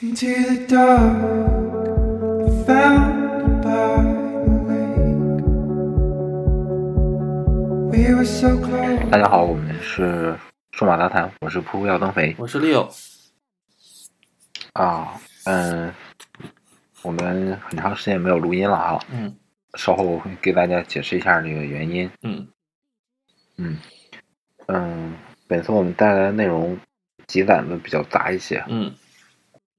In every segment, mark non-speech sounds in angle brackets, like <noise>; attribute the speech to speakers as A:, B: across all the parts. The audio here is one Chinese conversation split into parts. A: Into the dark, I found you by the lake. We were so close.
B: 大家好，我们是数码杂谈，我是噗噗要增肥
C: 我是 Leo，
B: 啊，嗯，我们很长时间没有录音了啊，
C: 嗯
B: 稍后我会给大家解释一下这个原因。
C: 嗯
B: 嗯，本次我们带来的内容积攒的比较杂一些，
C: 嗯，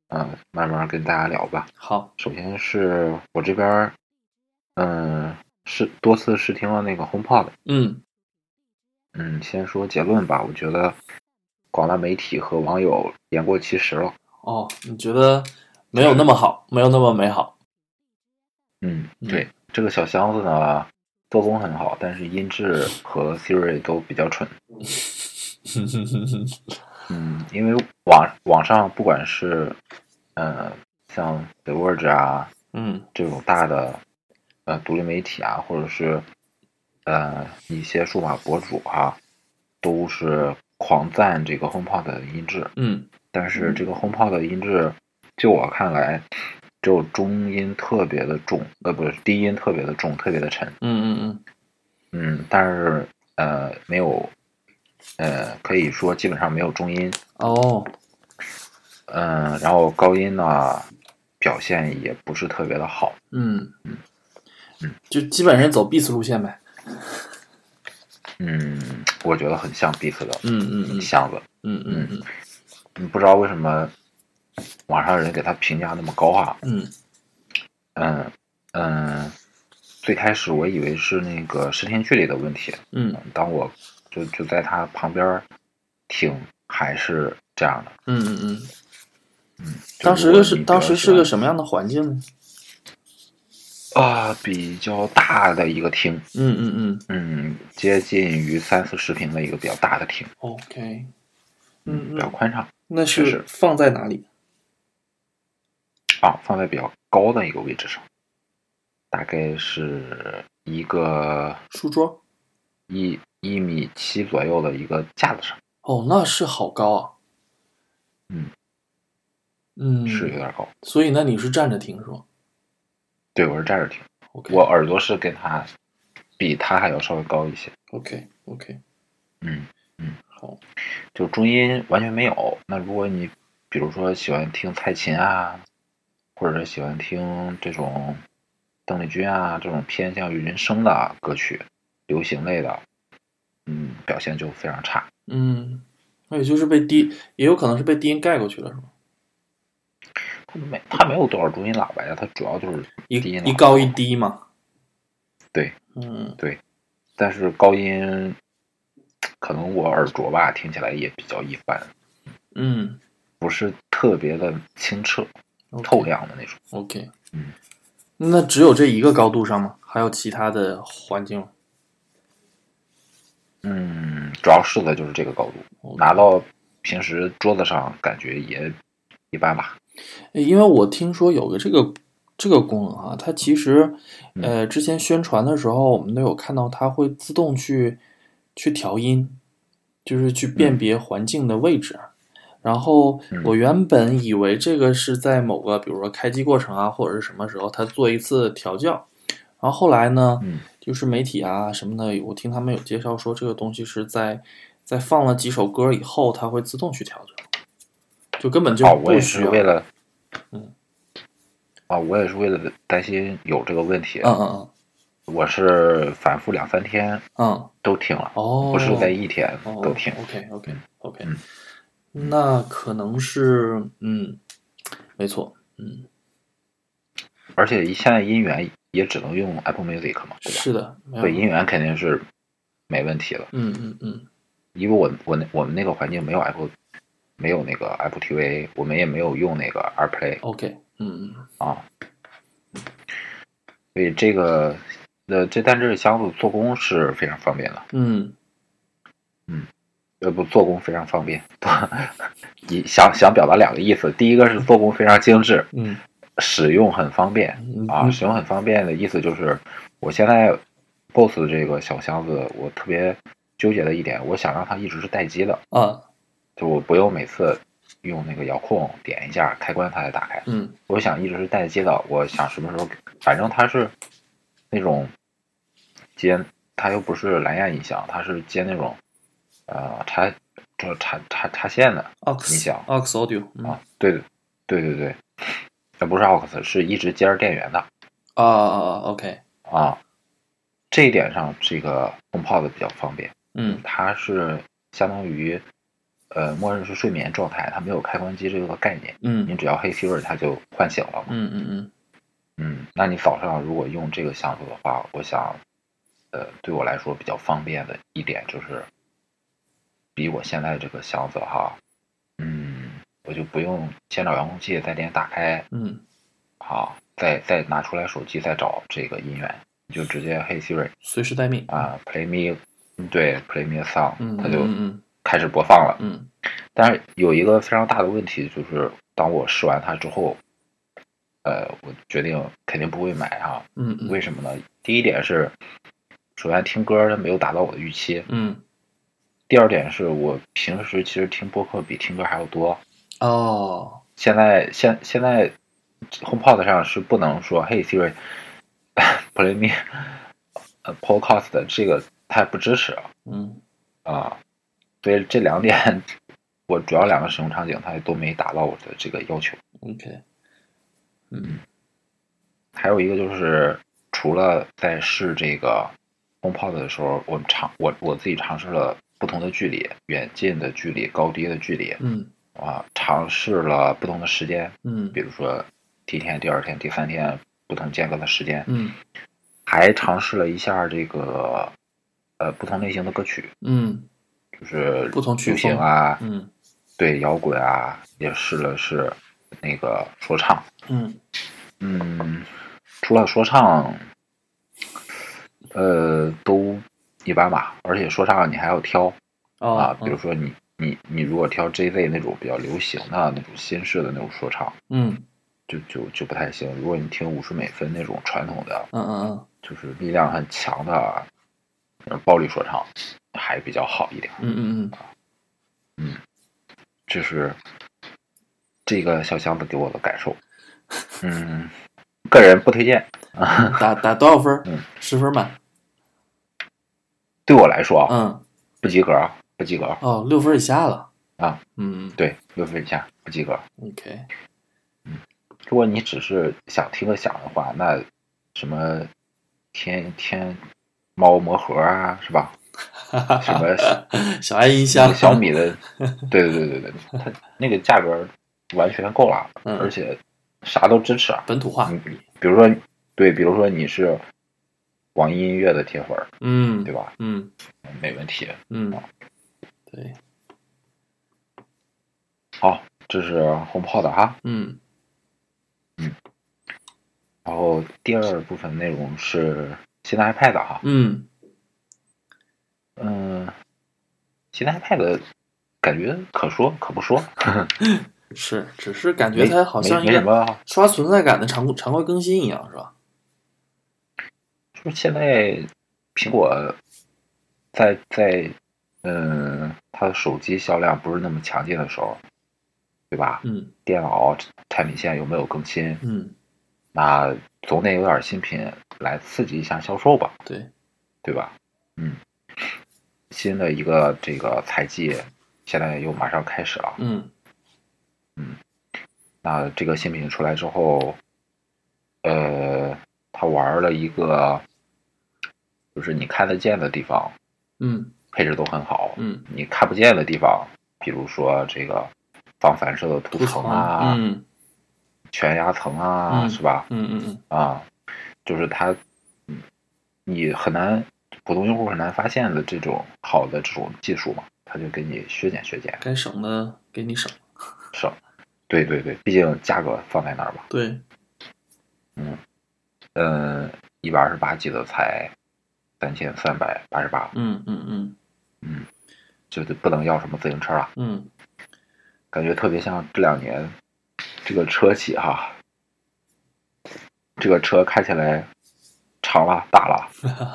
B: 嗯，慢慢跟大家聊吧。
C: 好，
B: 首先是我这边儿，嗯，是多次试听了那个 HomePod，
C: 嗯
B: 嗯，先说结论吧，我觉得广大媒体和网友言过其实了。
C: 哦，你觉得没有那么好，没有那么美好， <laughs>
B: 嗯，
C: 嗯
B: 对，这个小箱子呢，做工很好，但是音质和 Siri 都比较蠢。嗯，因为网网上不管是呃像 The Verge 啊
C: 嗯
B: 这种大的呃独立媒体啊，或者是呃一些数码博主啊，都是狂赞这个 HomePod 的音质。
C: 嗯
B: 但是这个 HomePod 的音质，就我看来，只有中音特别的重，呃，不是低音特别的重，特别的沉。
C: 嗯嗯
B: 嗯，但是呃，没有，呃，可以说基本上没有中音。
C: 嗯，哦，
B: 嗯、然后高音呢，表现也不是特别的好。
C: 嗯就基本上走 Beats 路线呗，
B: 嗯，我觉得很像 Beats 的
C: 嗯嗯嗯
B: 箱子。
C: 嗯嗯嗯
B: 嗯，不知道为什么网上人给他评价那么高啊？
C: 嗯
B: 嗯嗯，最开始我以为是那个视听距离的问题，
C: 嗯
B: 当我就就在他旁边儿听，还是这样的。
C: 嗯嗯，
B: 就
C: 当
B: 如
C: 时
B: 果
C: 个是
B: 你
C: 当
B: 比较
C: 时
B: 喜
C: 是个
B: 欢
C: 什么样的环境呢？
B: 啊、比较大的一个厅，
C: 嗯嗯嗯
B: 嗯，接近于三四十平的一个比较大的厅，
C: ，OK，嗯
B: 比较
C: 嗯，
B: 宽敞
C: 那
B: 确
C: 是
B: 实
C: 放在哪里？
B: 啊，放在比较高的一个位置上，大概是一个
C: 书桌？
B: 一一米七左右的一个架子上，
C: 哦，那是好高啊。
B: 嗯
C: 嗯，
B: 是有点高。
C: 所以那你是站着听是吧
B: 对我是站着听，
C: ？OK，
B: 我耳朵是跟他比他还要稍微高一些，
C: OK OK，
B: 嗯，
C: 好，
B: 就中音完全没有。那如果你比如说喜欢听蔡琴啊，或者是喜欢听这种邓丽君啊这种偏向于人声的歌曲，流行类的，嗯，表现就非常差。
C: 嗯，那也就是被低，也有可能是被低音盖过去了，是吗？
B: 它没它没有多少中音喇叭呀，它主要就是
C: 一
B: 低音喇叭
C: 一高一低嘛。
B: 对，
C: 嗯
B: 但是高音可能我耳拙吧，听起来也比较一般，
C: 嗯
B: 不是特别的清澈透
C: ，OK
B: 亮的那种。
C: OK，
B: 嗯，
C: 那只有这一个高度上吗？还有其他的环境吗？
B: 嗯，主要试的就是这个高度。
C: 我
B: 拿到平时桌子上，感觉也一般吧。
C: 诶因为我听说有个这个这个功能啊，它其实
B: 嗯
C: 呃之前宣传的时候，我们都有看到它会自动去去调音，就是去辨别环境的位置。然后
B: 嗯
C: 我原本以为这个是在某个，比如说开机过程啊，或者是什么时候它做一次调教。然后后来呢，
B: 嗯
C: 就是媒体啊什么的，我听他们有介绍说，这个东西是在在放了几首歌以后，它会自动去调整，就根本就
B: 哦，我
C: 不
B: 也
C: 需
B: 是
C: 要。
B: 为了，
C: 嗯，
B: 啊、我也是为了担心有这个问题，
C: 嗯嗯嗯。
B: 我是反复两三天
C: 嗯，
B: 都听了，
C: 哦，
B: 不是在一天
C: 哦
B: 都听。
C: OK OK OK，
B: 嗯
C: 那可能是嗯，没错，嗯，
B: 而且现在音源也只能用 Apple Music 嘛，对吧？
C: 是啊的，没有
B: 对，音源肯定是没问题的，
C: 嗯嗯嗯
B: 因为我我那我们那个环境没有 Apple，没有那个 Apple TV，我们也没有用那个 AirPlay。
C: ，OK，嗯嗯
B: 啊，所以这个呃，这但这个箱子做工是非常方便的，
C: 嗯，
B: 呃不，做工非常方便。 <laughs> 你想想表达两个意思，第一个是做工非常精致，
C: 嗯
B: 使用很方便
C: 嗯
B: 啊，
C: 嗯
B: 使用很方便的意思就是，我现在 BOSS 的这个小箱子，我特别纠结的一点，我想让它一直是待机的，
C: 啊，
B: 就我不用每次用那个遥控点一下开关，它才打开。
C: 嗯
B: 我想一直是待接到，我想什么时候，反正它是那种接，它又不是蓝牙音响，它是接那种呃插就是插插插线的你
C: ，aux
B: 想
C: aux 啊 audio 嗯
B: 啊，对对对对，那不是 aux，是一直接着电源的
C: 啊啊啊，OK，
B: 啊。这一点上，这个 HomePod 比较方便，
C: 嗯
B: 它是相当于呃默认是睡眠状态，它没有开关机这个概念，
C: 嗯
B: 你只要 Hey Siri 它就唤醒了嘛。
C: 嗯嗯嗯，
B: 嗯，那你早上如果用这个相机的话，我想，呃，对我来说比较方便的一点就是，比我现在这个箱子哈，嗯，我就不用先找遥控器，再连打开，
C: 嗯，
B: 好，再再拿出来手机再找这个音源，你就直接 Hey Siri
C: 随时待命，
B: 啊，play me，嗯对，play me a song，
C: 嗯
B: 它
C: 嗯
B: 就
C: 嗯
B: 开始播放了。
C: 嗯
B: 但是有一个非常大的问题，就是当我试完它之后，呃，我决定肯定不会买哈、
C: 嗯嗯
B: 为什么呢？第一点是，首先听歌它没有达到我的预期；
C: 嗯，
B: 第二点是我平时其实听播客比听歌还要多。
C: 哦，
B: 现在现现在，HomePod 上是不能说 “Hey <laughs> Siri，play me <laughs> a podcast” 的这个它不支持
C: 嗯
B: 啊。所以这两点， <laughs> 我主要两个使用场景它都没达到我的这个要求。
C: ，OK，
B: 还有一个就是，除了在试这个 HomePod 的时候，我们尝我我自己尝试了不同的距离，远近的距离、高低的距离
C: 嗯
B: 啊，尝试了不同的时间，
C: 嗯
B: 比如说第一天、第二天、第三天不同间隔的时间，
C: 嗯
B: 还尝试了一下这个呃不同类型的歌曲，
C: 嗯
B: 就是
C: 不同曲
B: 流行
C: 风
B: 啊，
C: 嗯
B: 对摇滚啊，也试了试那个说唱。
C: 嗯
B: 嗯，除了说唱，呃，都一般吧。而且说唱你还要挑
C: 哦
B: 啊，比如说你你你如果挑 JZ 那种比较流行的那种新式的那种说唱，
C: 嗯
B: 就就就不太行。如果你听五十美分那种传统的，
C: 嗯嗯
B: 就是力量很强的呃暴力说唱，还比较好一点。
C: 嗯嗯嗯
B: 就是这个小箱子给我的感受，嗯，个人不推荐。
C: 嗯，打打多少分？十分满，
B: 对我来说啊，
C: 嗯
B: 不及格啊，不及格啊。
C: 哦，六分以下了
B: 啊，
C: 嗯
B: 对，六分以下不及格。
C: ，OK，
B: 如果你只是想听个响的话，那什么天天猫魔盒啊，是吧？什
C: <laughs>
B: 么
C: 小爱音
B: 那
C: 箱
B: 个，小米
C: <laughs>
B: 的，对对对对对，它那个价格完全够了，
C: 嗯
B: 而且啥都支持啊。
C: 本土化，
B: 你比如说，对，比如说你是网易音乐的铁粉儿，
C: 嗯
B: 对吧？
C: 嗯
B: 没问题。
C: 嗯，对，
B: 好，这是红炮的哈。
C: 嗯
B: 然后第二部分内容是新的 iPad 哈。
C: 嗯
B: 嗯，新的 iPad 感觉可说可不说，
C: 是，只是感觉
B: 没
C: 它好像
B: 没
C: 一
B: 没什
C: 个
B: 么，
C: 刷存在感的常常规更新一样，是吧？
B: 就是现在苹果在在嗯，它的手机销量不是那么强劲的时候，对吧？
C: 嗯
B: 电脑产品线有没有更新？
C: 嗯，
B: 那总得有点新品来刺激一下销售吧，
C: 对，
B: 对吧？嗯，新的一个这个财季现在又马上开始了，
C: 嗯
B: 那这个新品出来之后，呃，他玩了一个，就是你看得见的地方
C: 嗯
B: 配置都很好，
C: 嗯，
B: 你看不见的地方，比如说这个防反射的涂
C: 不同
B: 层啊、
C: 嗯
B: 全压层啊，
C: 嗯
B: 是吧？
C: 嗯嗯嗯，
B: 啊，就是它，嗯你很难普通用户很难发现的这种好的这种技术嘛，他就给你削减削减，
C: 该省的给你省，
B: 省。对对对，毕竟价格放在那儿吧。
C: 对，
B: 嗯，一百二十八 G 的才三千三百八十八，
C: 嗯嗯嗯
B: 就是不能要什么自行车了，
C: 嗯，
B: 感觉特别像这两年这个车企哈，这个车看起来长了大了
C: 哈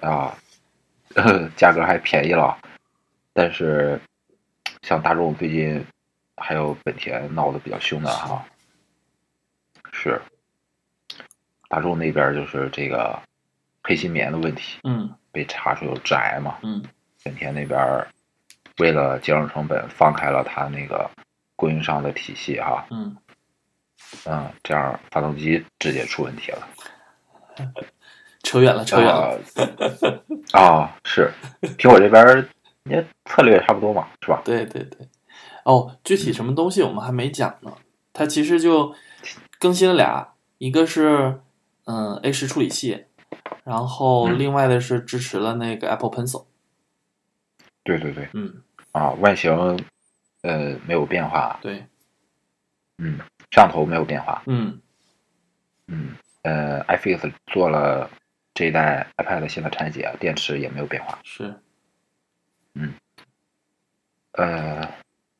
C: 哈，
B: 啊， <laughs> 呃价格还便宜了，但是像大众最近还有本田闹得比较凶的哈，是大众那边就是这个黑心棉的问题
C: 嗯
B: 被查出有致癌嘛，
C: 嗯
B: 本田那边儿为了节省成本放开了它那个供应商的体系哈，
C: 嗯，
B: 嗯，这样发动机直接出问题了。
C: 扯远了，扯远了。
B: 啊、啊是，苹果这边儿也策略差不多嘛，是吧？
C: 对对对，哦，具体什么东西我们还没讲呢。它其实就更新了俩，一个是嗯 A 十处理器，然后
B: 嗯
C: 另外的是支持了那个 Apple Pencil。
B: 对对对，
C: 嗯，
B: 啊，外形呃没有变化，
C: 对，
B: 嗯，上头没有变化，
C: 嗯
B: 嗯，呃，iFix 做了这一代 iPad 的新的拆解，电池也没有变化，
C: 是，
B: 呃，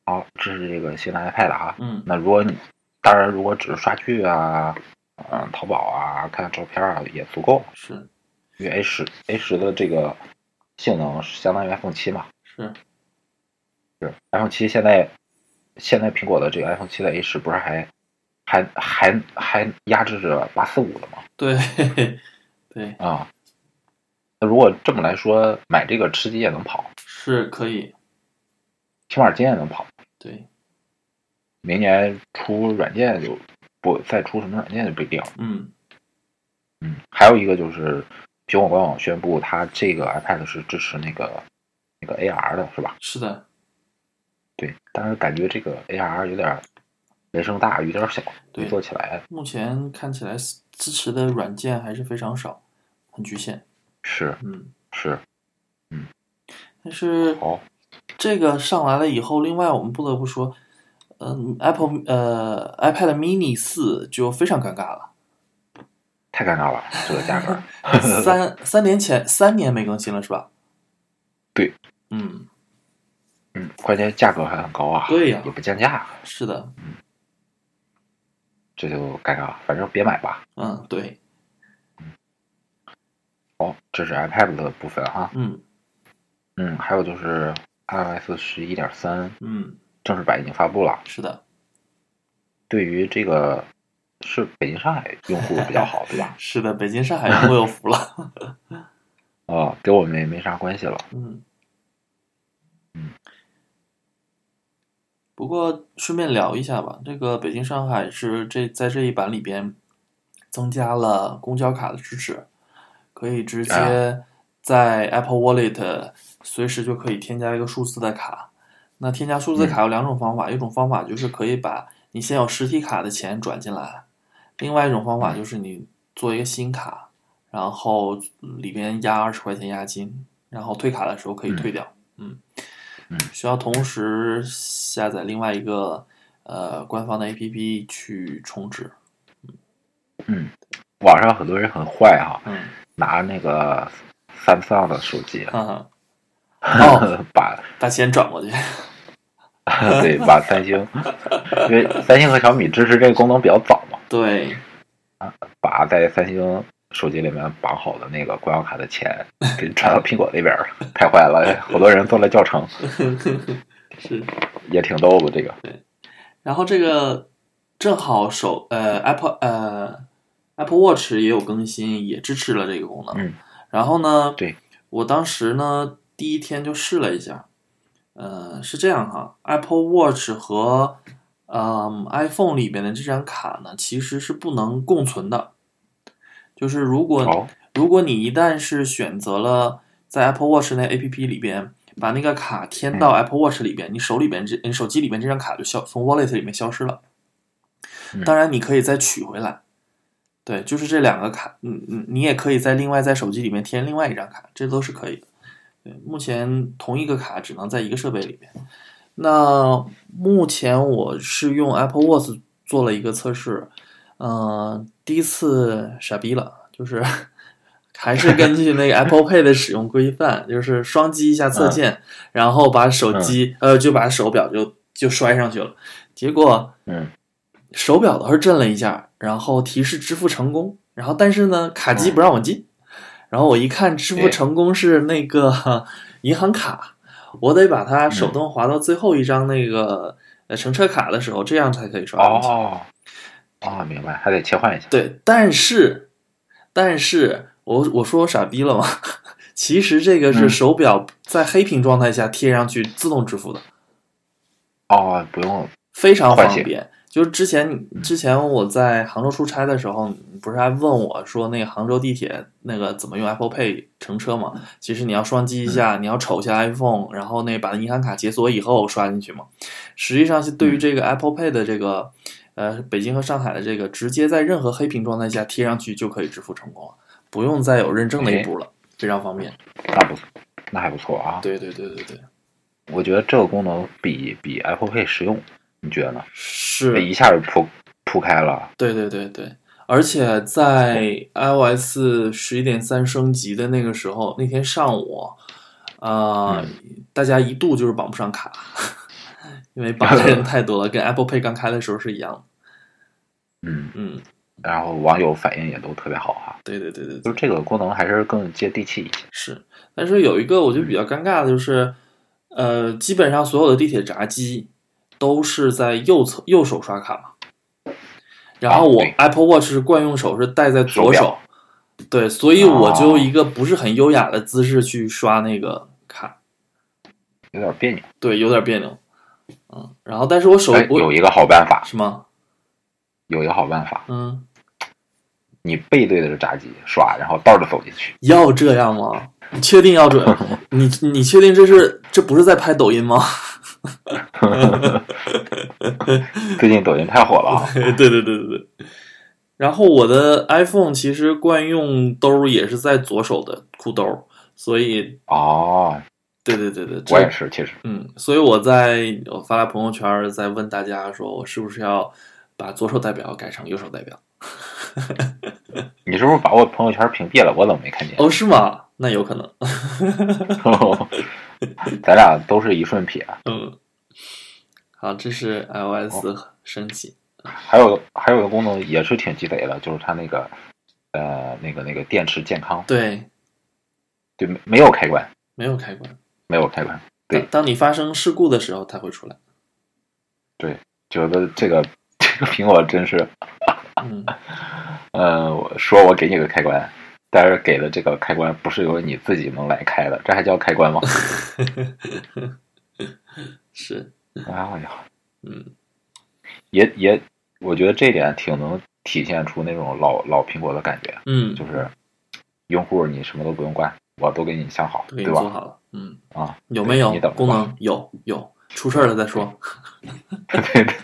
B: 好，这是这个新的 iPad 啊。
C: 嗯
B: 那如果你当然如果只是刷剧啊，嗯、淘宝啊，看看照片啊也足够，
C: 是
B: 因为 A 十 A 十的这个性能是相当于 iPhone 七嘛，
C: 是，
B: 是 iPhone 七现在现在苹果的这个 iPhone 七的 A 十不是还还还还压制着八四五的吗？
C: 对对
B: 啊、那如果这么来说，买这个吃鸡也能跑，
C: 是可以，
B: 平板儿键也能跑，
C: 对，
B: 明年出软件就不再出什么软件就不一定了。
C: 嗯
B: 嗯，还有一个就是苹果官网宣布，它这个 iPad 是支持那个那个 AR 的，是吧？
C: 是的，
B: 对，但是感觉这个 AR 有点儿雷声大雨点儿小，
C: 对
B: 没做起来。
C: 目前看起来支持的软件还是非常少，很局限。
B: 是
C: 嗯，
B: 是，
C: 但是
B: 好，
C: 这个上来了以后，另外我们不得不说，嗯，Apple 呃 iPad Mini 四就非常尴尬了，
B: 太尴尬了，这个价
C: <laughs>
B: 格。 <laughs>
C: 三三年前三年没更新了是吧？
B: 对，
C: 嗯，
B: 嗯，关键价格还很高啊，
C: 对呀
B: 也不降价，
C: 是的，
B: 这就尴尬了。反正别买吧。
C: 嗯，对，
B: 好，这是 iPad 的部分哈。
C: 嗯
B: 嗯，还有就是 iOS 十一点三
C: 嗯，
B: 正式版已经发布了，
C: 是的，
B: 对于这个是北京、上海用户比较好，对
C: <laughs>
B: 吧？
C: 是的，北京、上海用户有福了，
B: 啊、跟我们也没啥关系了。
C: 嗯
B: 嗯。
C: 不过顺便聊一下吧，这个北京、上海是这在这一版里边增加了公交卡的支持，可以直接在 Apple Wallet 随时就可以添加一个数字的卡。那添加数字卡有两种方法，一种方法就是可以把你现有实体卡的钱转进来，另外一种方法就是你做一个新卡，然后里边压二十块钱押金，然后退卡的时候可以退掉。嗯，
B: 嗯
C: 需要同时下载另外一个呃官方的 APP 去充值。
B: 网上很多人很坏哈、
C: 嗯，
B: 拿那个三桑的手机，啊
C: 哈 <laughs> 哈。哦，
B: <laughs> 把 <laughs>
C: 把钱转过去。 <laughs>
B: 对把三星，因为三星和小米支持这个功能比较早嘛，
C: 对，
B: 把在三星手机里面绑好的那个官网卡的钱给转到苹果那边儿，太坏了，好多人做了教程，
C: 是。
B: 也挺逗的这个。
C: 然后这个正好手呃 Apple 呃 Apple Watch 也有更新，也支持了这个功能。
B: 嗯
C: 然后呢，
B: 对，
C: 我当时呢第一天就试了一下，呃，是这样哈，Apple Watch 和嗯、iPhone 里边的这张卡呢，其实是不能共存的。就是如果
B: 哦，
C: 如果你一旦是选择了在 Apple Watch 那 APP 里边把那个卡添到 Apple Watch 里边，你手里边这你手机里边这张卡就消从 Wallet 里面消失了
B: 嗯。
C: 当然，你可以再取回来。对，就是这两个卡，嗯嗯，你也可以在另外在手机里面添另外一张卡，这都是可以的。对，目前同一个卡只能在一个设备里面。那目前我是用 Apple Watch 做了一个测试，嗯、第一次傻逼了，就是 <laughs> 还是根据那个 Apple Pay 的使用规范，就是双击一下侧键，然后把手机、呃就把手表就就摔上去了，结果
B: 嗯，
C: 手表倒是震了一下，然后提示支付成功，然后但是呢卡机不让我进，然后我一看支
B: 哎
C: 付成功是那 <laughs>
B: 嗯
C: 个银行卡，我得把它手动滑到最后一张那个、呃乘车卡的时候，这样才可以刷上去。
B: 哦，哦，明白，还得切换一下。
C: 对，但是，但是我我说我傻逼了吗？ <laughs> 其实这个是
B: 嗯
C: 手表在黑屏状态下贴上去自动支付的，
B: 哦，不用，
C: 非常
B: 快
C: 方
B: 捷
C: 便。就是之前之前我在杭州出差的时候，你不是还问我说那个杭州地铁那个怎么用 Apple Pay 乘车嘛？其实你要双击一下，你要瞅一下 iPhone，然后那把银行卡解锁以后刷进去嘛。实际上是对于
B: 嗯
C: 这个 Apple Pay 的这个呃北京和上海的这个，直接在任何黑屏状态下贴上去就可以支付成功了，不用再有认证那一步了，非常方便。
B: 那不错，那还不错啊。
C: 对对对对对，
B: 我觉得这个功能比比 Apple Pay 实用，你觉得呢？
C: 是
B: 这一下就铺铺开了。
C: 对对对对，而且在 iOS 十一点三升级的那个时候，那天上午，啊、大家一度就是绑不上卡， <laughs> 因为绑的人太多了，跟 Apple Pay 刚开的时候是一样的。
B: 嗯，
C: 嗯，
B: 然后网友反应也都特别好哈、
C: 对对对对
B: 就
C: 对，
B: 是这个功能还是更接地气一些。
C: 是。但是有一个我觉得比较尴尬的就是，呃，基本上所有的地铁闸机都是在右侧右手刷卡嘛，然后
B: 啊
C: 我
B: 对
C: Apple Watch 是惯用手是戴在左
B: 手
C: 手
B: 表，
C: 对，所以我就
B: 哦
C: 一个不是很优雅的姿势去刷那个卡，
B: 有点别扭。
C: 对，有点别扭，嗯，然后但是我手
B: 哎，
C: 我
B: 有一个好办法，
C: 是吗？
B: 有一个好办法，
C: 嗯，
B: 你背对的是闸机刷，然后倒着走进去。
C: 要这样吗？你确定要
B: <laughs>
C: 准？你你确定这是这不是在拍抖音吗？
B: 最近抖音太火了啊！ <laughs>
C: 对对对对对。然后我的 iPhone 其实惯用兜也是在左手的裤兜，所以
B: 哦，
C: 对对对对，这
B: 我也是，其实
C: 嗯，所以我在我发了朋友圈儿，在问大家说，我是不是要把左手代表改成右手代表？
B: 你是不是把我朋友圈屏蔽了？我怎么没看见？ <laughs>
C: 哦，是吗？那有可能。
B: 咱俩都是一顺撇。啊
C: 嗯，好，这是 iOS
B: 哦
C: 升级。
B: 还有还有一个功能也是挺鸡贼的，就是它那个呃那个那个电池健康，
C: 对，
B: 对，没没有开关，
C: 没有开关。
B: 没有开关，对
C: 当当你发生事故的时候，它会出来。
B: 觉得这个这个苹果真是，啊
C: 嗯，
B: 呃，我说我给你个开关，但是给的这个开关不是由你自己能来开的，这还叫开关
C: <laughs>
B: 吗？
C: 是，
B: 哎呀，
C: 嗯，
B: 也也，我觉得这点挺能体现出那种老老苹果的感觉，
C: 嗯，
B: 就是用户你什么都不用管，我都给你想好，
C: 都给
B: 对
C: 你做
B: 吧？
C: 好了。嗯，
B: 啊，
C: 有没有
B: 你等着吧
C: 功能？有有，出事儿了再说。
B: 对对，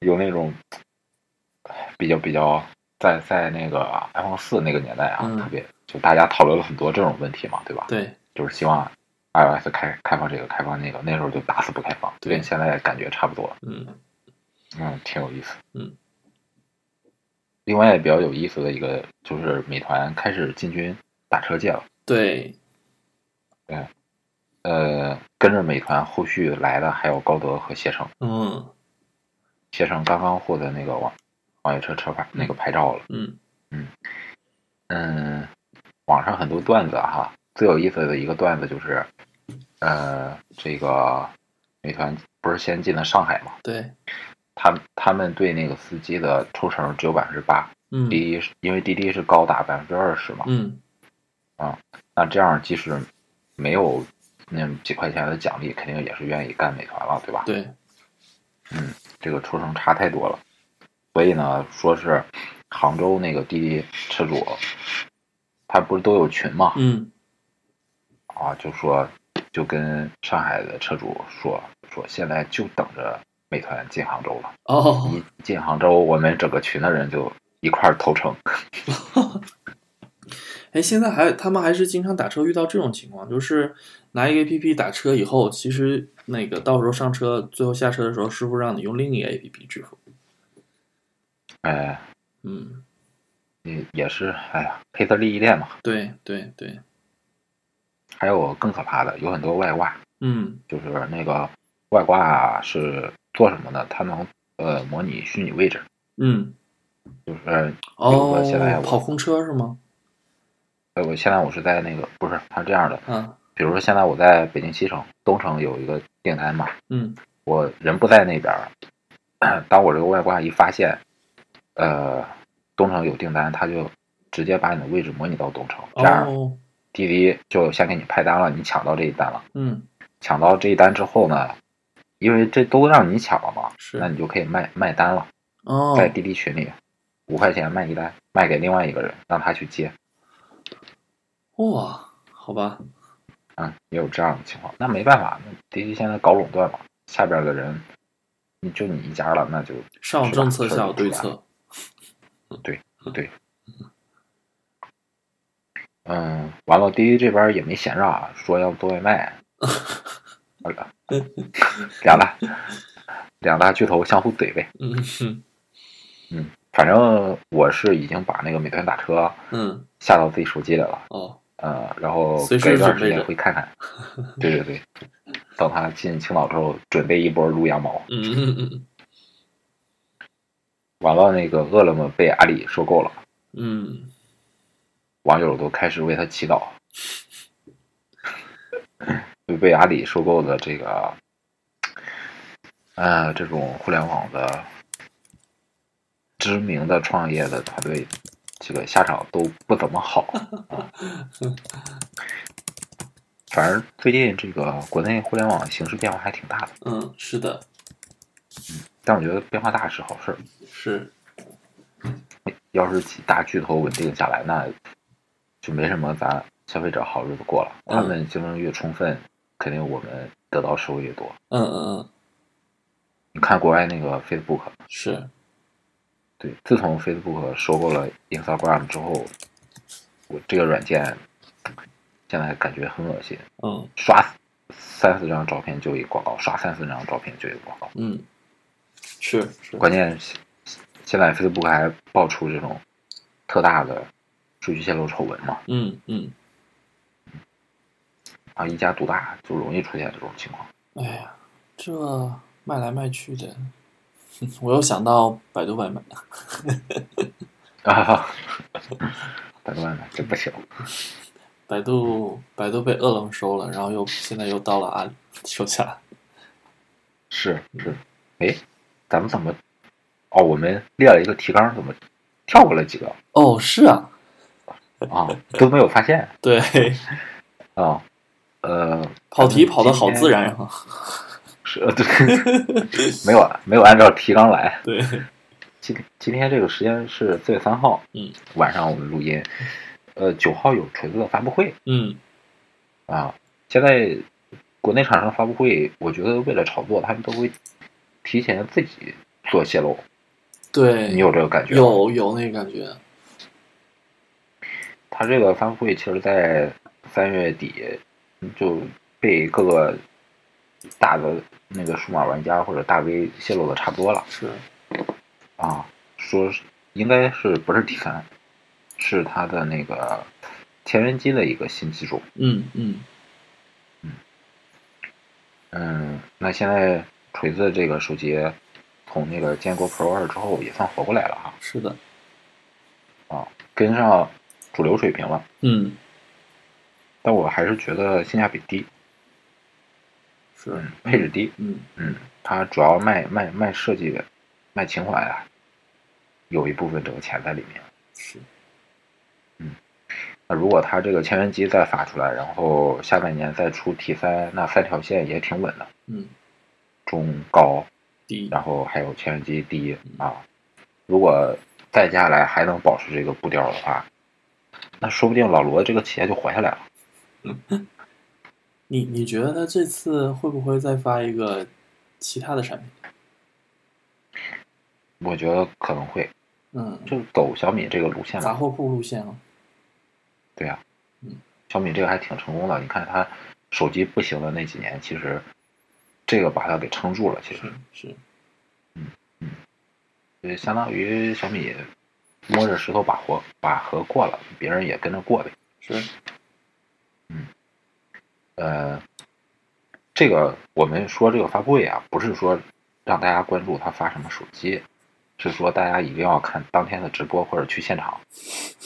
B: 有那种哎比较比较在在那个 iPhone 四那个年代啊，
C: 嗯
B: 特别就大家讨论了很多这种问题嘛，对吧？
C: 对，
B: 就是希望 iOS 开开放这个开放那个，那时候就打死不开放，
C: 对
B: 跟现在感觉差不多，
C: 嗯
B: 嗯，挺有意思。
C: 嗯。
B: 另外比较有意思的一个就是美团开始进军打车界了，
C: 对，
B: 呃，跟着美团后续来的还有高德和携程。
C: 嗯
B: 携程刚刚获得那个网网约车车牌那个牌照了。
C: 嗯
B: 嗯，网上很多段子啊哈，最有意思的一个段子就是，呃，这个美团不是先进了上海嘛？
C: 对，
B: 他们他们对那个司机的抽成只有百分之八，
C: 嗯
B: 滴滴是因为滴滴是高达百分之二十嘛，
C: 嗯
B: 那这样即使没有那几块钱的奖励，肯定也是愿意干美团了，对吧？
C: 对，
B: 这个抽成差太多了，所以呢，说是杭州那个滴滴车主，他不是都有群嘛，
C: 嗯
B: 啊，就说就跟上海的车主说说，现在就等着美团进杭州了，
C: 哦，
B: 一进杭州，我们整个群的人就一块儿投诚，
C: 哎，现在还他们还是经常打车遇到这种情况，就是拿一个 APP 打车以后，其实那个到时候上车，最后下车的时候，师傅让你用另一个 APP 支付。
B: 哎，
C: 嗯，
B: 也也是，哎呀，黑色利益链嘛。
C: 对对对，
B: 还有更可怕的，有很多外挂，
C: 嗯
B: 就是那个外挂是做什么的？它能呃模拟虚拟位置，
C: 嗯，
B: 就是有
C: 哦
B: 哎个现在，我
C: 跑空车是吗？
B: 呃，我现在我是在那个不是，它是这样的，
C: 啊，
B: 比如说现在我在北京西城东城有一个电台嘛，
C: 嗯
B: 我人不在那边儿，当我这个外挂一发现，呃，东城有订单，他就直接把你的位置模拟到东城，这样
C: 哦
B: 滴滴就先给你派单了，你抢到这一单了。
C: 嗯
B: 抢到这一单之后呢，因为这都让你抢了嘛，
C: 是
B: 那你就可以卖卖单了，
C: 哦
B: 在滴滴群里五块钱卖一单，卖给另外一个人，让他去接。
C: 哇，好吧，
B: 啊，也有这样的情况。那没办法，那滴滴现在搞垄断嘛，下边的人，你就你一家了，那就
C: 上有政策，
B: 是吧
C: 下有对策，
B: 嗯，完了，滴滴这边也没闲着啊，说要做外
C: <laughs>
B: 卖，好了，两大两大巨头相互怼呗。嗯
C: 嗯哼
B: 反正我是已经把那个美团打车
C: 嗯
B: 下到自己手机里了，
C: 哦
B: 呃，然后
C: 随时
B: 隔一段
C: 准
B: 时
C: 备
B: 间
C: 着
B: 会看看。对对对，等他进青岛之后，准备一波撸羊毛。
C: 嗯嗯嗯
B: 完了，那个饿了么被阿里收购了。
C: 嗯
B: 网友都开始为他祈祷。就被阿里收购的这个，呃，这种互联网的知名的创业的团队，这个下场都不怎么好。啊反正最近这个国内互联网形势变化还挺大的，
C: 嗯，是的，
B: 但我觉得变化大是好事儿。
C: 是
B: 要是几大巨头稳定下来，那就没什么咱消费者好日子过了。
C: 嗯
B: 他们竞争越充分，肯定我们得到收益越多。
C: 嗯嗯
B: 你看国外那个 Facebook，
C: 嗯是
B: 对，自从 Facebook 收购了 Instagram 之后，我这个软件现在感觉很恶心，
C: 嗯
B: 刷三四张照片就一广告，刷三四张照片就一广告。
C: 嗯是是
B: 关键是现在 Facebook 还爆出这种特大的数据泄露丑闻嘛。
C: 嗯嗯，
B: 啊，一家独大就容易出现这种情况。 <laughs>
C: 哎呀，这卖来卖去的，哼我又想到百度外卖，
B: 啊，百度外卖这不行，
C: 百度百度被饿了么收了，然后又现在又到了阿里手下，
B: 是是，哎，咱们怎么？哦，我们列了一个提纲，怎么跳过了几个
C: 哦是啊，
B: 啊？都没有发现
C: 对，
B: 啊？呃，
C: 跑题
B: 咱们
C: 跑的好
B: 今天
C: 自然啊，
B: 是，呃对，没有没有按照提纲来。
C: 对，
B: 今今天这个时间是四月三号，
C: 嗯，
B: 晚上我们录音，呃，九号有锤子的发布会
C: 嗯
B: 啊。现在国内厂商发布会，我觉得为了炒作，他们都会提前自己做泄露。
C: 对，
B: 你有这个感觉吗？
C: 有有那个感觉，
B: 他这个发布会其实，在三月底就被各个大的那个数码玩家或者大 V 泄露的差不多了
C: 是，
B: 啊，说是应该是不是 T 三，是他的那个前人机的一个新机种。
C: 嗯嗯
B: 嗯，那现在锤子这个手机从那个坚果 Pro 二之后也算活过来了哈，
C: 是的，
B: 跟上主流水平了，
C: 嗯
B: 但我还是觉得性价比低，
C: 是，
B: 嗯，配置低。
C: 嗯
B: 嗯，它主要卖卖卖设计的，卖情怀啊，有一部分这个钱在里面。
C: 是，
B: 那如果它这个千元机再发出来，然后下半年再出 T 三，那三条线也挺稳的，
C: 嗯
B: 中高，
C: 第一，
B: 然后还有千元机低啊。如果再接下来还能保持这个步调的话，那说不定老罗这个企业就活下来了。
C: 你你觉得他这次会不会再发一个其他的产品？
B: 我觉得可能会，
C: 嗯，
B: 就走小米这个路线
C: 杂
B: 吧。
C: 货铺路线啊，
B: 对呀、
C: 嗯
B: 小米这个还挺成功的。你看它手机不行的那几年，其实这个把它给撑住了。其实
C: 是是，
B: 就相当于小米摸着石头把火把河过了，别人也跟着过呗。
C: 是，
B: 呃，这个我们说这个发布会啊，不是说让大家关注它发什么手机，是说大家一定要看当天的直播或者去现场。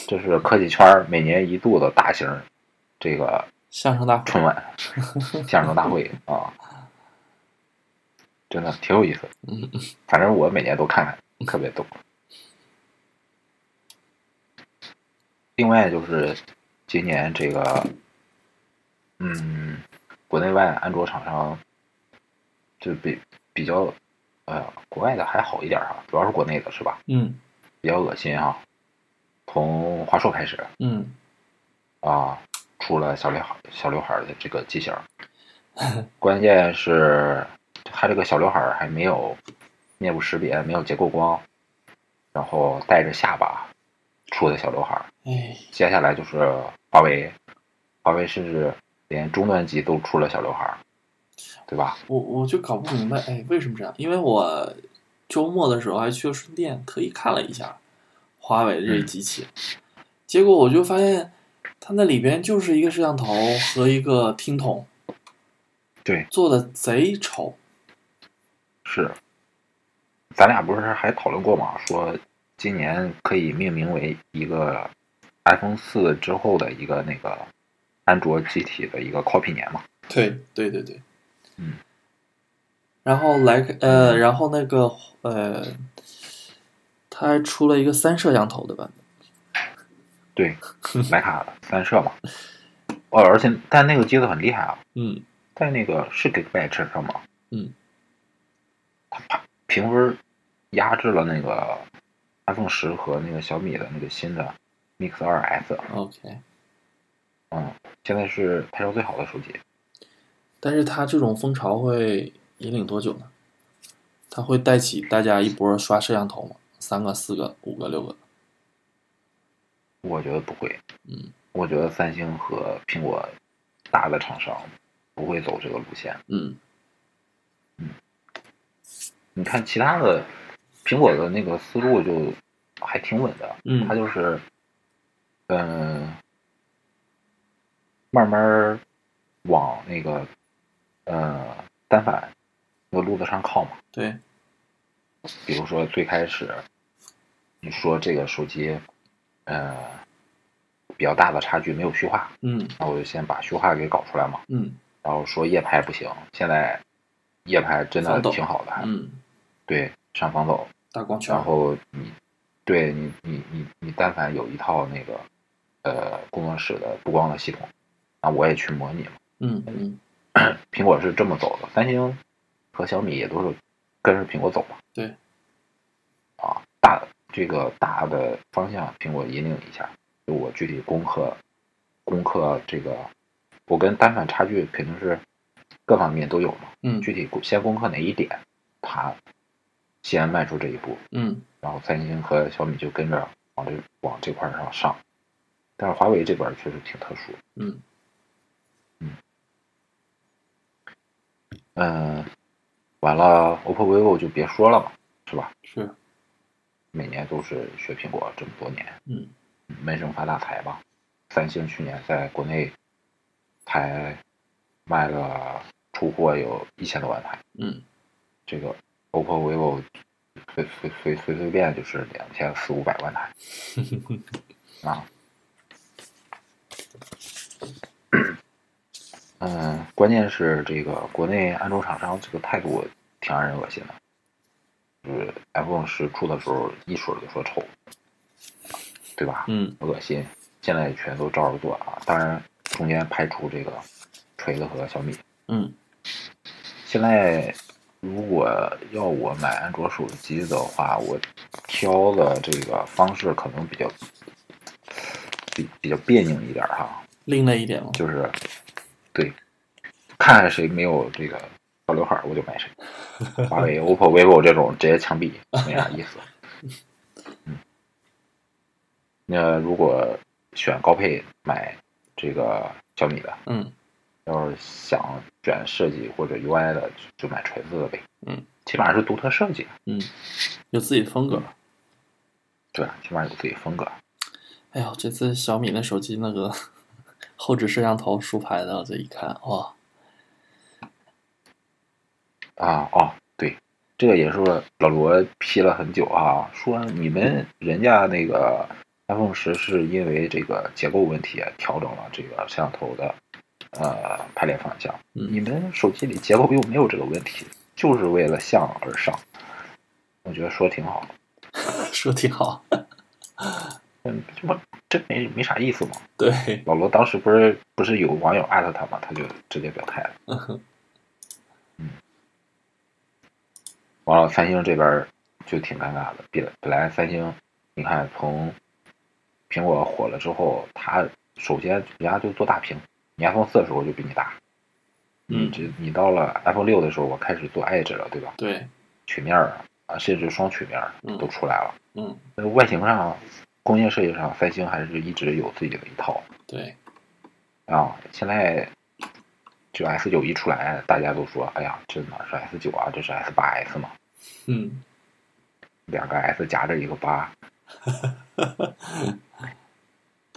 B: 这是科技圈儿每年一度的大型这个
C: 相声大会
B: 春晚相声大会啊，真的挺有意思。
C: 嗯，
B: <laughs> 反正我每年都看看，特别逗。另外就是今年这个，嗯，国内外安卓厂商就比比较，呃，国外的还好一点哈、主要是国内的是吧？
C: 嗯
B: 比较恶心哈、从华硕开始
C: 嗯，
B: 啊，出了小刘海小刘海儿的这个机型儿，关键是它这个小刘海儿还没有面部识别，没有结构光，然后带着下巴出的小刘海儿。
C: 哎，
B: 接下来就是华为，华为甚至连中端机都出了小刘海儿，对吧？
C: 我我就搞不明白，哎，为什么这样？因为我周末的时候还去了顺电，特意看了一下华为的这机器，结果我就发现它那里边就是一个摄像头和一个听筒，
B: 对，
C: 做的贼丑。
B: 是，咱俩不是还讨论过吗？说今年可以命名为一个 iPhone 四之后的一个那个安卓机体的一个 copy 年嘛。
C: 对对对对，
B: 嗯。
C: 然后莱克呃，然后那个呃，它还出了一个三摄像头的版本。
B: 对， <laughs> 徕卡的三摄嘛。哦，而且但那个机子很厉害啊，
C: 嗯
B: 在那个是 Geekbench 上吗？
C: 嗯，
B: 它啪评分压制了那个 iPhone 十和那个小米的那个新的 Mix 2 S，
C: ，OK。
B: 嗯，现在是拍照最好的手机。
C: 但是它这种风潮会引领多久呢？它会带起大家一波刷摄像头吗？三个、四个、五个、六个？
B: 我觉得不会，
C: 嗯，
B: 我觉得三星和苹果大的厂商不会走这个路线。
C: 嗯
B: 你看其他的，苹果的那个思路就还挺稳的，
C: 嗯
B: 它就是，嗯、慢慢儿往那个，呃，单反那个路子上靠嘛。
C: 对，
B: 比如说最开始你说这个手机，呃，比较大的差距没有虚化，
C: 嗯
B: 那我就先把虚化给搞出来嘛。
C: 嗯
B: 然后说夜拍不行，现在夜拍真的
C: 防抖
B: 挺好的，还、
C: 嗯，
B: 对上防抖。
C: 大光圈
B: 然，后你对你你你你但凡有一套那个呃工作室的布光的系统，那我也去模拟嘛。
C: 嗯嗯，
B: 苹果是这么走的，三星和小米也都是跟着苹果走嘛。
C: 对，
B: 啊，大这个大的方向，苹果引领一下。就我具体攻克攻克这个，我跟单反差距肯定是各方面都有嘛。
C: 嗯
B: 具体攻先攻克哪一点，它先迈出这一步，
C: 嗯
B: 然后三星和小米就跟着往这往这块儿上上。但是华为这边儿确实挺特殊，
C: 嗯
B: 嗯，完了，OPPO、vivo 就别说了嘛，是吧？
C: 是，
B: 每年都是学苹果这么多年，
C: 嗯
B: 闷声发大财吧。三星去年在国内才卖了出货有一千多万台，
C: 嗯
B: 这个 OPPO、vivo 随随随随随便就是两千四五百万台啊。嗯，关键是这个国内安卓厂商这个态度挺让人恶心的，就是 iPhone 十出的时候一水儿就说丑，对吧？
C: 嗯
B: 恶心，现在全都照着做啊。当然，中间排除这个锤子和小米。
C: 嗯
B: 现在如果要我买安卓手机的话，我挑的这个方式可能比较比比较别扭一点儿哈，
C: 另类一点嘛，
B: 就是对，看谁没有这个小刘海儿我就买谁，华为、OPPO、vivo 这种直接枪毙，没啥意思。嗯，那如果选高配买这个小米的，
C: 嗯
B: 要是想选设计或者 UI 的，就买锤子的呗。
C: 嗯，
B: 起码是独特设计，
C: 嗯，有自己风格。
B: 对吧？起码有自己风格。
C: 哎呦，这次小米那手机那个后置摄像头竖排的，我这一看，哇，
B: 啊哦，对，这个也是老罗批了很久啊，说你们人家那啊个 iPhone 十是因为这个结构问题调整了这个摄像头的呃排列方向。
C: 嗯
B: 你们手机里结构又没有这个问题，就是为了向而上，我觉得说挺好。
C: 说挺好。
B: 嗯，这不这没没啥意思嘛。
C: 对，
B: 老罗当时不是不是有网友艾特他嘛，他就直接表态了。嗯，完了，三星这边儿就挺尴尬的。本本来三星，你看从苹果火了之后，它首先人家就做大屏，你 iPhone 四的时候就比你大，你
C: 嗯，
B: 这你到了 iPhone 六的时候，我开始做 Edge 了，对吧？
C: 对，
B: 曲面儿啊，甚至双曲面儿
C: 嗯
B: 都出来了。
C: 嗯，
B: 那外形上、工业设计上，三星还是一直有自己的一套。
C: 对，
B: 啊，现在就 S 九一出来，大家都说，哎呀，这哪是 S 九啊，这是 S 八 S 嘛，
C: 嗯，
B: 两个 S 夹着一个八。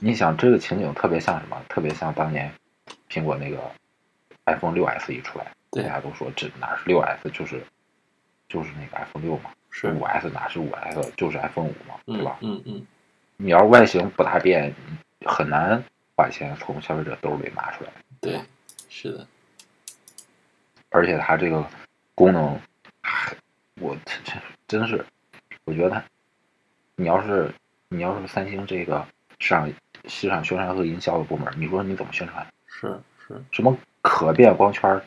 B: 你想这个情景特别像什么？特别像当年苹果那个 iPhone 六 S 一出来，
C: 对
B: 大家都说这哪是六 S，就是就是那个 iPhone 六嘛，
C: 是，
B: 五 S 哪是五 S，就是 iPhone 五嘛，对
C: 嗯
B: 吧？
C: 嗯嗯，
B: 你要是外形不大变，你很难把钱从消费者兜里拿出来。
C: 对，是的，
B: 而且它这个功能，唉我这这真是，我觉得你要是你要是三星这个市场市场宣传和营销的部门，你说你怎么宣传？
C: 是是，
B: 什么可变光圈儿，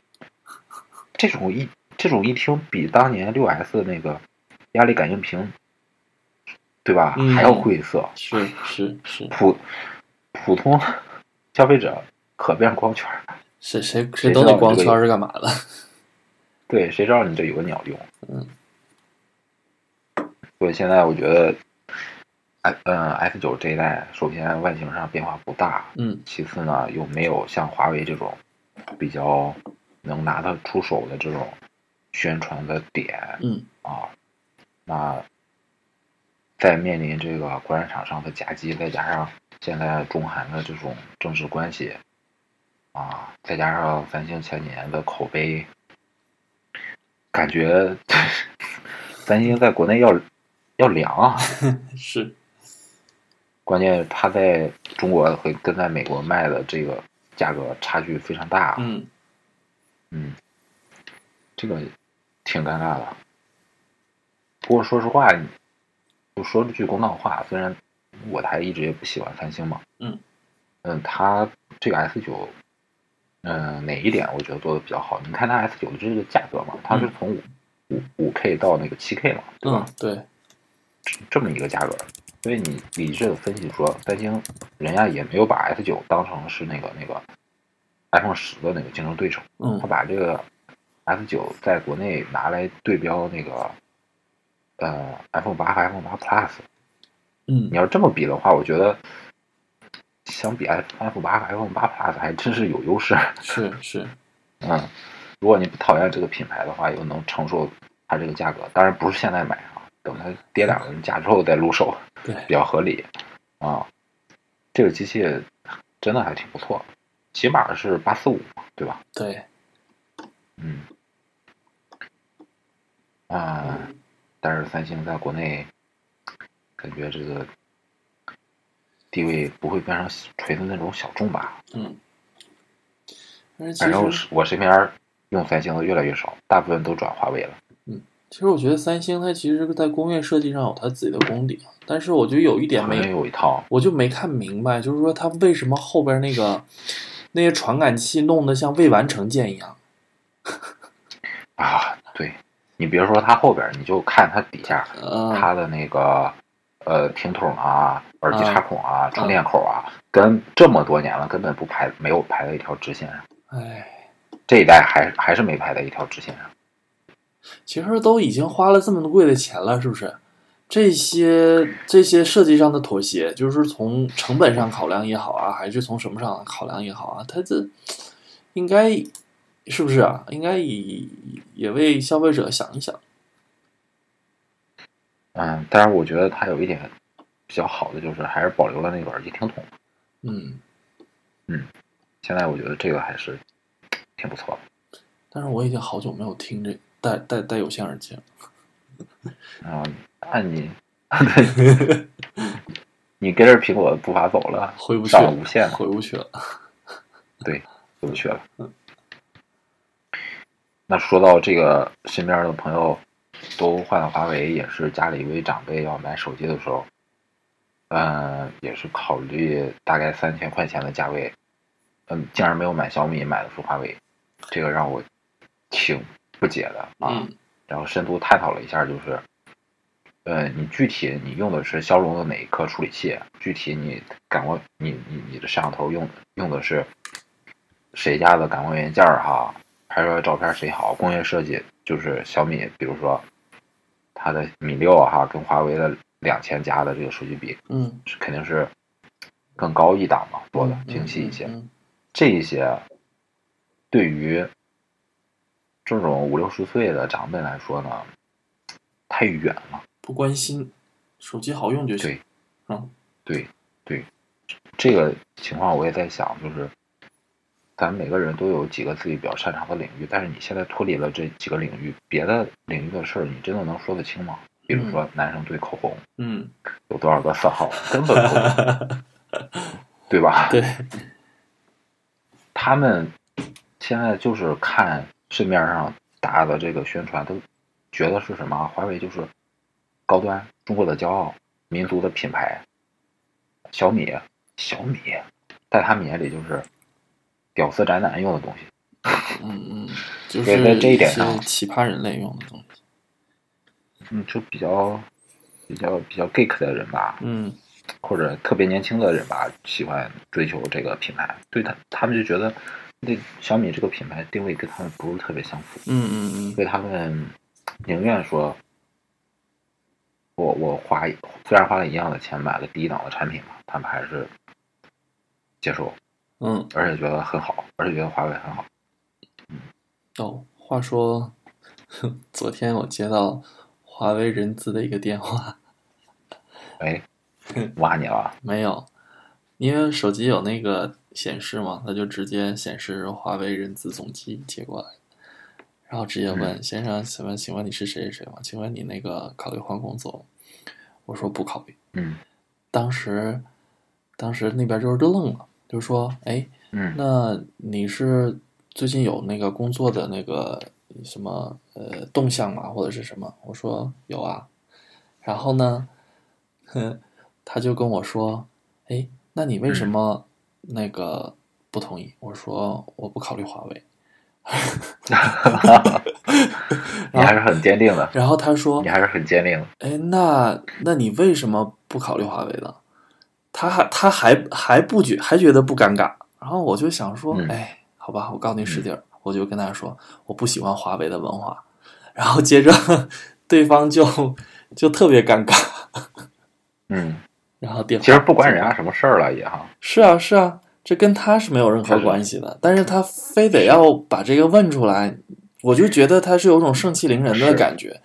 B: 这种一这种一听比当年六 S 那个压力感应屏，对吧？
C: 嗯
B: 还要晦涩，
C: 是是是，
B: 普普通消费者可变光圈儿，
C: 谁谁
B: <laughs> 谁
C: 谁
B: 知
C: 懂
B: 道
C: 你
B: 你
C: 光
B: 这个
C: 圈是干嘛的？
B: <laughs> 对，谁知道你这有个鸟用？
C: 嗯。
B: 所以现在我觉得，i 嗯 F 九这一代，首先外形上变化不大，
C: 嗯
B: 其次呢又没有像华为这种比较能拿得出手的这种宣传的点
C: 嗯，
B: 啊。那在面临这个国产厂商的夹击，再加上现在中韩的这种政治关系啊，再加上三星前几年的口碑，感觉 <laughs> 三星在国内要要凉啊。
C: 是，
B: 关键它在中国和跟在美国卖的这个价格差距非常大，
C: 嗯
B: 嗯，这个挺尴尬的。不过说实话，就说句公道话，虽然我台一直也不喜欢三星嘛，
C: 嗯，
B: 嗯，它这个 S 九，嗯，哪一点我觉得做的比较好？你看它 S 九的这个价格嘛，它是从五五五 K 到那个七 K 嘛，对吧
C: 嗯？对，
B: 这么一个价格，所以你理智的分析说，三星人家也没有把 S 九当成是那个那个 iPhone 十的那个竞争对手，他
C: 嗯
B: 把这个 S 九在国内拿来对标那个呃 iPhone 八和 iPhone 八 Plus。
C: 嗯
B: 你，要这么比的话，我觉得相比 iPhone 八和 iPhone 八 Plus 还真是有优势。
C: 是是，
B: 嗯，如果你不讨厌这个品牌的话，又能承受它这个价格，当然不是现在买啊，等它跌两个价之后再入手。
C: 对，
B: 比较合理啊。这个机器真的还挺不错，起码是八四五嘛，对吧？
C: 对，
B: 嗯，啊，但是三星在国内感觉这个地位不会变成锤子那种小众吧？
C: 嗯。但是其
B: 反正我
C: 实，
B: 是我身边用三星的越来越少，大部分都转华为了。
C: 其实我觉得三星它其实，在工业设计上有它自己的功底，啊但是我觉得有一点
B: 好像
C: 没，
B: 有一套，
C: 我就没看明白，就是说它为什么后边那个那些传感器弄得像未完成件一样？
B: 啊，对你别说它后边儿，你就看它底下，
C: 呃，
B: 它的那个呃听筒啊、耳机插孔啊、充
C: 嗯
B: 电口啊，跟这么多年了根本不排没有排在一条直线上，
C: 哎，
B: 这一代还还是没排在一条直线啊上。
C: 其实都已经花了这么贵的钱了，是不是？这些这些设计上的妥协，就是说从成本上考量也好啊，还是从什么上考量也好啊，它这应该是不是啊？应该以也为消费者想一想。
B: 嗯，但是我觉得它有一点比较好的就是还是保留了那个耳机听筒，
C: 嗯，
B: 现在我觉得这个还是挺不错的。
C: 但是我已经好久没有听这戴戴戴有线耳机了。
B: 啊、那
C: <laughs>
B: 你 <laughs> 你跟着苹果的步伐走了，
C: 回不去
B: 上了
C: 了，
B: 无线嘛？
C: 回不去了。
B: 对，对不起了。嗯那说到这个，身边的朋友都换了华为，也是家里一位长辈要买手机的时候，嗯，也是考虑大概三千块钱的价位，嗯，竟然没有买小米，买的是华为，这个让我挺不解的啊。
C: 嗯
B: 然后深度探讨了一下，就是，呃，你具体你用的是骁龙的哪一颗处理器？具体你感光你你你的摄像头用用的是谁家的感光元件儿哈？拍出来照片谁好？工业设计就是小米，比如说它的米六啊哈，跟华为的两千加的这个手机比，
C: 嗯，
B: 是肯定是更高一档嘛，做的
C: 嗯
B: 精细一些。
C: 嗯
B: 这一些对于这种五六十岁的长辈来说呢，太远了。
C: 不关心，手机好用就行
B: 对。对，对，这个情况我也在想，就是咱每个人都有几个自己比较擅长的领域，但是你现在脱离了这几个领域，别的领域的事儿，你真的能说得清吗？比如说男生对口红
C: 嗯，
B: 有多少个色号，根本不懂，对吧？
C: 对，
B: 他们现在就是看市面上打的这个宣传，都觉得是什么？华为就是高端，中国的骄傲，民族的品牌。小米，小米，在他们眼里就是屌丝宅男用的东西。
C: 嗯嗯，就
B: 对
C: 是
B: 在这一点
C: 些
B: 上
C: 奇葩人类用的东西。
B: 嗯，就比较比较比较 geek 的人吧，
C: 嗯
B: 或者特别年轻的人吧，喜欢追求这个品牌。对他，他们就觉得那小米这个品牌定位跟他们不是特别相符。
C: 嗯嗯嗯
B: 所以他们宁愿说，我我花虽然花了一样的钱买了低档的产品嘛，他们还是接受，
C: 嗯，
B: 而且觉得很好，而且觉得华为很好。
C: 哦，话说， <laughs> 昨天我接到华为人资的一个电话，
B: 哎，挖你了，
C: 没有，因为手机有那个显示嘛，它就直接显示华为人资总机接过来，然后直接问、先生，请问请问你是谁谁谁吗？请问你那个考虑换工作吗？我说不考虑。
B: 嗯
C: 当时，当时那边就是愣了，就说：“哎，
B: 嗯
C: 那你是最近有那个工作的那个什么呃动向吗？或者是什么？我说有啊，然后呢，哼，他就跟我说，哎，那你为什么那个不同意？我说我不考虑华为。
B: 你还是很坚定的，
C: 然后他说
B: 你，还是很坚定的。
C: 哎，那那你为什么不考虑华为呢？他还他还还不觉还觉得不尴尬，然后我就想说，
B: 嗯
C: 哎，好吧，我告诉你实底儿，我就跟他说我不喜欢华为的文化，然后接着 <laughs> 对方就就特别尴尬，
B: 嗯，
C: 然后电话
B: 其实不管人家什么事儿了也哈，
C: 是啊是啊，这跟他是没有任
B: 确
C: 何
B: 实
C: 关系的，但是他非得要把这个问出来，我就觉得他是有种盛气凌人的
B: 是
C: 感觉，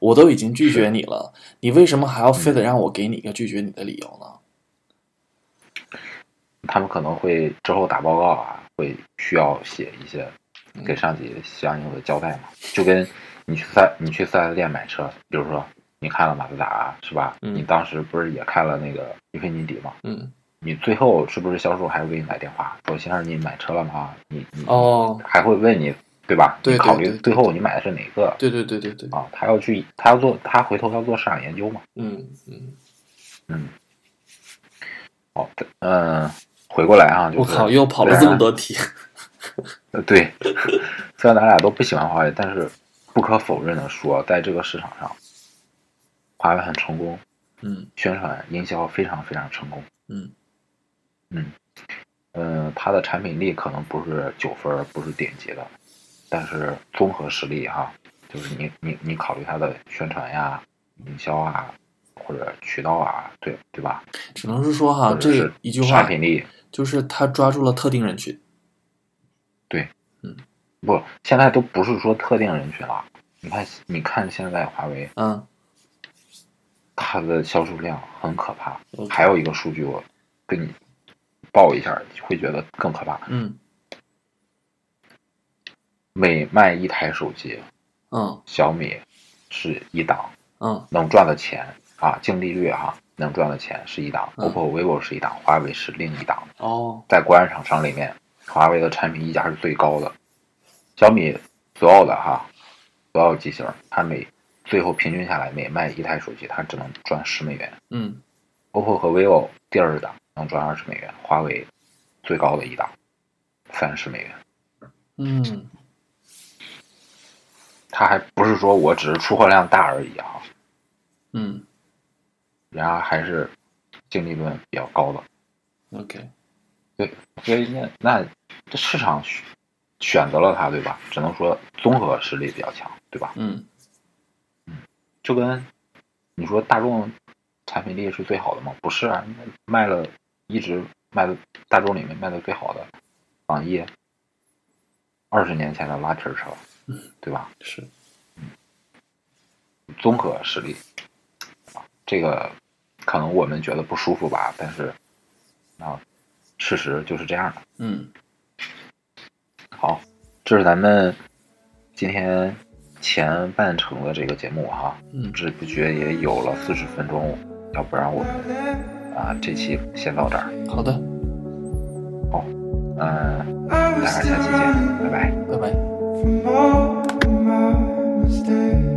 C: 我都已经拒绝
B: 是
C: 你了，你为什么还要非得让我给你一个拒绝你的理由呢？
B: 他们可能会之后打报告啊，会需要写一些给上级相应的交代嘛。就跟你去四 S 你去四 S 店买车，比如说你看了马自达是吧？
C: 嗯
B: 你当时不是也看了那个英菲尼迪嘛？
C: 嗯，
B: 你最后是不是销售还会给你打电话说先生你买车了吗？你你
C: 哦，
B: 还会问你对吧？
C: 对
B: 你考
C: 对
B: 虑
C: 对
B: 最后你买的是哪个
C: 对对对对对，
B: 啊？他要去他要做他回头要做市场研究嘛？
C: 嗯嗯，
B: 哦，嗯，回过来啊，就是
C: 我靠，又跑了
B: 虽然
C: 这么多题，
B: 呃，对， <laughs> 虽然咱俩都不喜欢华为，但是不可否认的说，在这个市场上，华为很成功，
C: <laughs> 嗯
B: 宣传营销非常非常成功。
C: 嗯
B: 嗯，它的产品力可能不是九分儿，不是顶级的，但是综合实力哈、就是你你你考虑它的宣传呀、营销啊，或者渠道啊，对对吧？
C: 只能是说
B: 或
C: 哈，
B: 者
C: 啊这
B: 是
C: 一句
B: 产
C: 话
B: 品力
C: 就是他抓住了特定人群，
B: 不，现在都不是说特定人群了。你看，你看现在华为，
C: 嗯
B: 它的销售量很可怕。
C: OK
B: 还有一个数据，我跟你报一下，会觉得更可怕。
C: 嗯
B: 每卖一台手机，
C: 嗯
B: 小米是一档
C: 嗯
B: 能赚的钱啊，净利率哈、能赚的钱是一档、
C: 嗯
B: o p p o vivo 是一档，华为是另一档。
C: 哦
B: 在国产厂商里面，华为的产品溢价是最高的。小米所有的哈，所有机型，它每最后平均下来每卖一台手机，它只能赚十美元。
C: 嗯
B: OPPO 和 vivo 第二档能赚二十美元，华为最高的一档三十美元。
C: 嗯
B: 它还不是说我只是出货量大而已哈，
C: 嗯
B: 然而还是净利润比较高的。
C: ，OK，
B: 所以那那这市场选选择了它，对吧？只能说综合实力比较强，对吧？
C: 嗯
B: 就跟你说大众产品力是最好的吗？不是啊，卖了一直卖的大众里面卖的最好的网易，二十年前的拉皮儿车，对吧？
C: 是，
B: 综合实力，啊这个可能我们觉得不舒服吧，但是啊，事实就是这样的。
C: 嗯
B: 好，这是咱们今天前半程的这个节目哈、
C: 嗯
B: 不，知不觉也有了四十分钟，要不然我们啊这期先到这儿，
C: 好的，
B: 嗯、大家下期见，拜拜。
C: 拜拜。
A: from all my mistakes.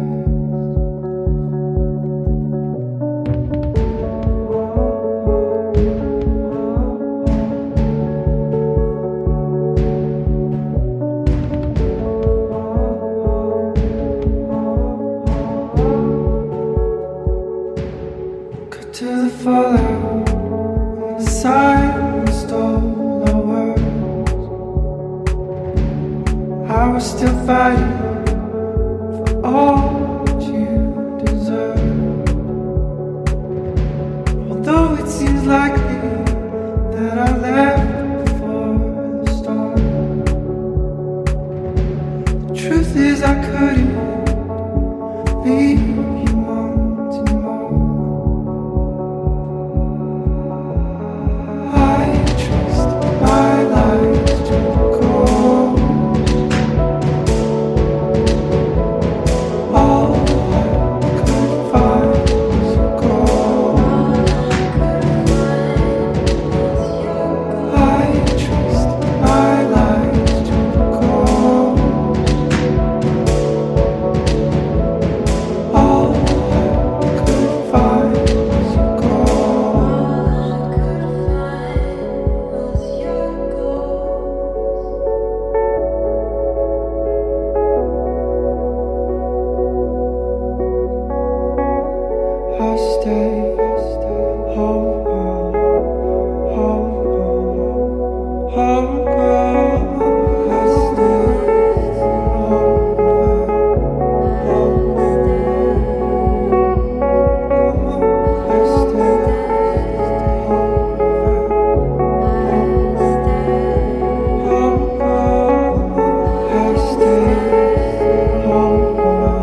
A: Cut to the fallout on the side we stole our words. I was still fighting for all that you deserve. Although it seems likely that I left before the storm. The truth is, I couldn't leave you wanting more. I trust my life to go. All I could find was your gold. I trust my life to the gold. All I could find was your gold. I stay home, home, home, home. I stay home, I stay home, I stay home, home.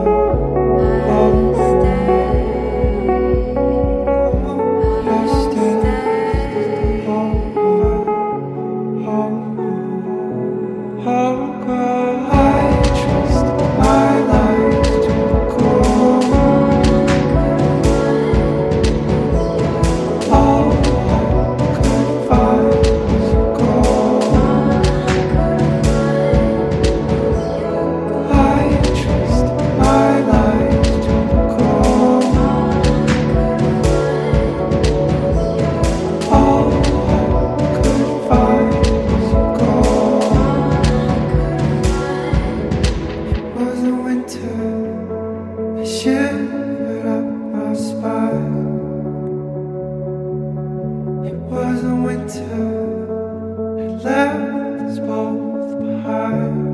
A: I stay home, home, home. I trust my life to go. All I could find was gold. I trust my life to go. All I could find was gold. It was a winter. I shivered up my spine. It was a winter. It left us both behind.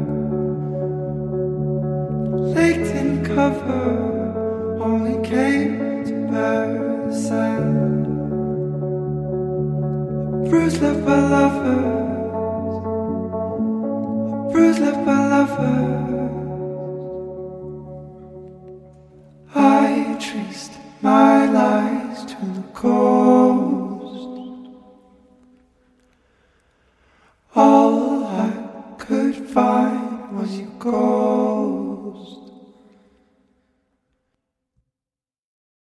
A: Lake didn't cover, only came to bear the sand. Bruised left by lovers. Bruised left by lovers. I traced my lies to the ghost. All I could find was your ghost.